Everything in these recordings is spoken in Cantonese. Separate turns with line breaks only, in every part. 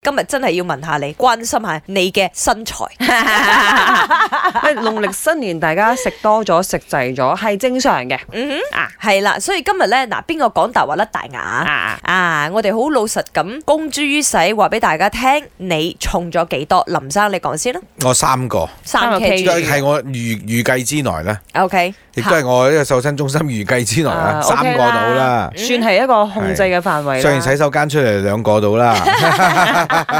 今日真係要問下你，關心下你嘅身 材。
喂農曆新年大家食多咗食滯咗係正常嘅
嗯哼，
啊
係啦，所以今日咧嗱，邊個講大話甩大牙
啊！
啊？我哋好老實咁公諸於世，話俾大家聽，你重咗幾多？林生，你講先啦，
我三個，
三
三個
K
K
即係我預預計之內啦，
G，OK，
亦都係我呢個瘦身中心 預計之內啦，
啊
三個
OK
到啦。
算係一個控制嘅範圍
雖然洗
啦。
手間出嚟兩個到 啦，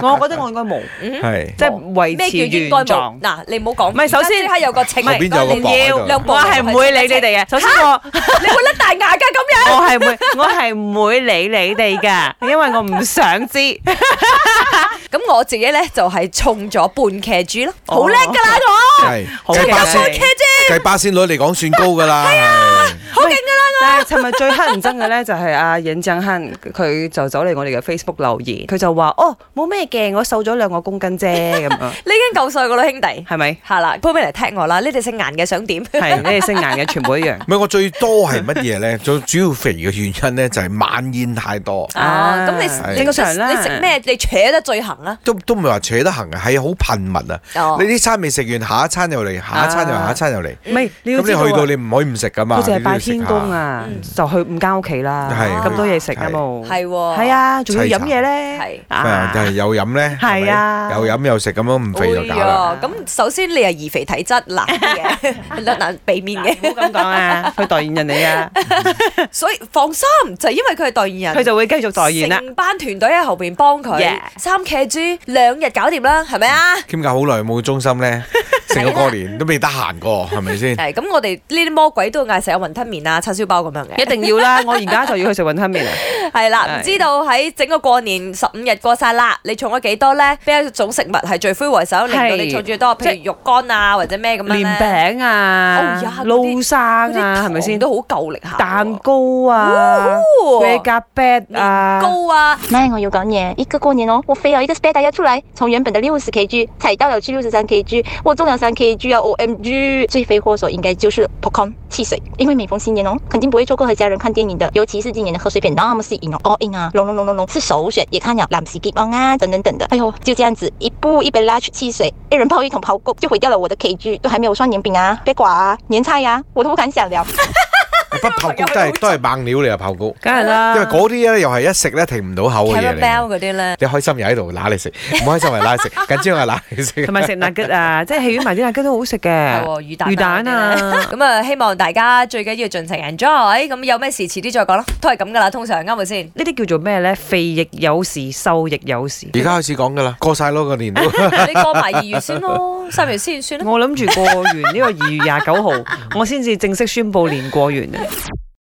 我覺得我應該冇，
係
即係
咩
維
叫
持
應
原
該
狀
冇？。嗱，你唔好講，
唔係首先
而家即刻有個情
後邊就有個
你
磅喺度
兩磅
我係唔會理你哋哦嘅。首先我。
你會甩大牙㗎咁樣？
我係唔會， 我係唔會理你哋噶，因為我唔想知。
咁我自己咧就係重咗半 kg 咯，
哦
好叻㗎啦我，
係
好
計
嘅
巴
好
仙
嘅
計巴仙率嚟講算高㗎啦，係
好勁噶啦！但係尋日最乞人憎嘅咧，就係阿尹正亨，佢就走嚟我哋嘅 Facebook 留言，佢就話：哦，冇咩嘅，我瘦咗兩個公斤啫，咁樣
你已經夠細個啦，兄弟。
係咪？
係啦，報俾嚟踢我啦，你哋姓顏嘅想 點？
係你哋識硬嘅，全部一樣。
唔係我最多係乜嘢咧？ 最主要肥嘅原因咧就係晚宴太多，
啊，咁
係
你你
正常啦
你食咩？你扯得最行啦。
都都唔係話扯得行嘅，係好頻密啊！
哦
你，呢餐未食完，下一餐又嚟，下一餐又
啊
下一餐又嚟，
唔係你
咁
要
你
知道
去到
啊
你唔可以唔食㗎嘛，
佢淨係
你都要
拜
食
天
下
公啊，就去唔間屋企啦
係，
咁多嘢食啊冇。
係喎
係啊，仲要飲嘢
係
咧。
啊
啊
但係又飲咧，係咪
係啊
又飲又食咁樣唔肥就假
哎
啦。
呀咁首先你係易肥體質，難嘅，難避免嘅，
唔好咁講啊，佢代言人嚟啊，
所以放心，就係因為佢係代言
佢
人。
就會繼續代言啊 啦。
成班團隊喺後邊幫佢
Yeah，
三騎豬兩日搞掂啦，係咪啊？
兼夾好耐冇中心咧，成個過年都未得閒過，係 咪先？
係咁，我哋呢啲魔鬼都嗌食有雲吞麵啊、叉燒包咁樣嘅。
一定要啦！我而家就要去食雲吞麵啊！
係啦，唔
係
知道喺整個過年十五日過晒啦，你重咗幾多咧？邊一種食物係最灰和手，令到你重最多？譬如肉乾啊，或者咩咁樣
年
咧？
餅啊
哦呀，嗰啲
撈生
嗰啲
啊，係
糖
咪先？
都好夠力下喎？
蛋糕啊，
哦
咩夾餅啊，
糕啊，
那我有搞你，一个过年哦，我非要一个 spare 大家出来，从原本的六十 kg 踩到了去六十三 kg，我重了三 kg 啊，OMG！罪魁祸首应该就是 popcorn 汽水，因为每逢新年哦，肯定不会错过和家人看电影的，尤其是今年的贺岁片那么吸引哦，all in 啊，龙龙龙龙龙是首选，也看了《蓝皮 g e 啊，等等等的，哎呦，就这样子一步一杯拉去汽水，一人泡一桶泡够，就毁掉了我的 kg，都还没有算年饼啊、别瓜啊、年菜呀、我都不敢想了。
不炮谷都係都係猛料嚟啊！炮谷，
梗係
因
啦
為。嗰啲咧又係一食咧停唔到口嘅
caramel
嘢嚟嘅。
嗰啲咧，
你開心又喺度揦你食，唔開心又揦你食，緊張又揦你食
同。埋食辣吉啊， 即係戲院埋啲辣吉都好食
係
嘅
喎，魚蛋嗰
魚蛋
啲
啊
呢。 咁啊，希望大家最緊要盡情 enjoy。咁有咩事遲啲再講啦，都係咁噶啦，通常啱咪 先？
呢啲叫做咩咧？肥亦有時，瘦亦有時。
而家開始講㗎啦，過晒咯個年都。
你過埋二月先咯，三月先算啦。
我諗住過完呢個二月廿九號，我先至正式宣布年過完啊！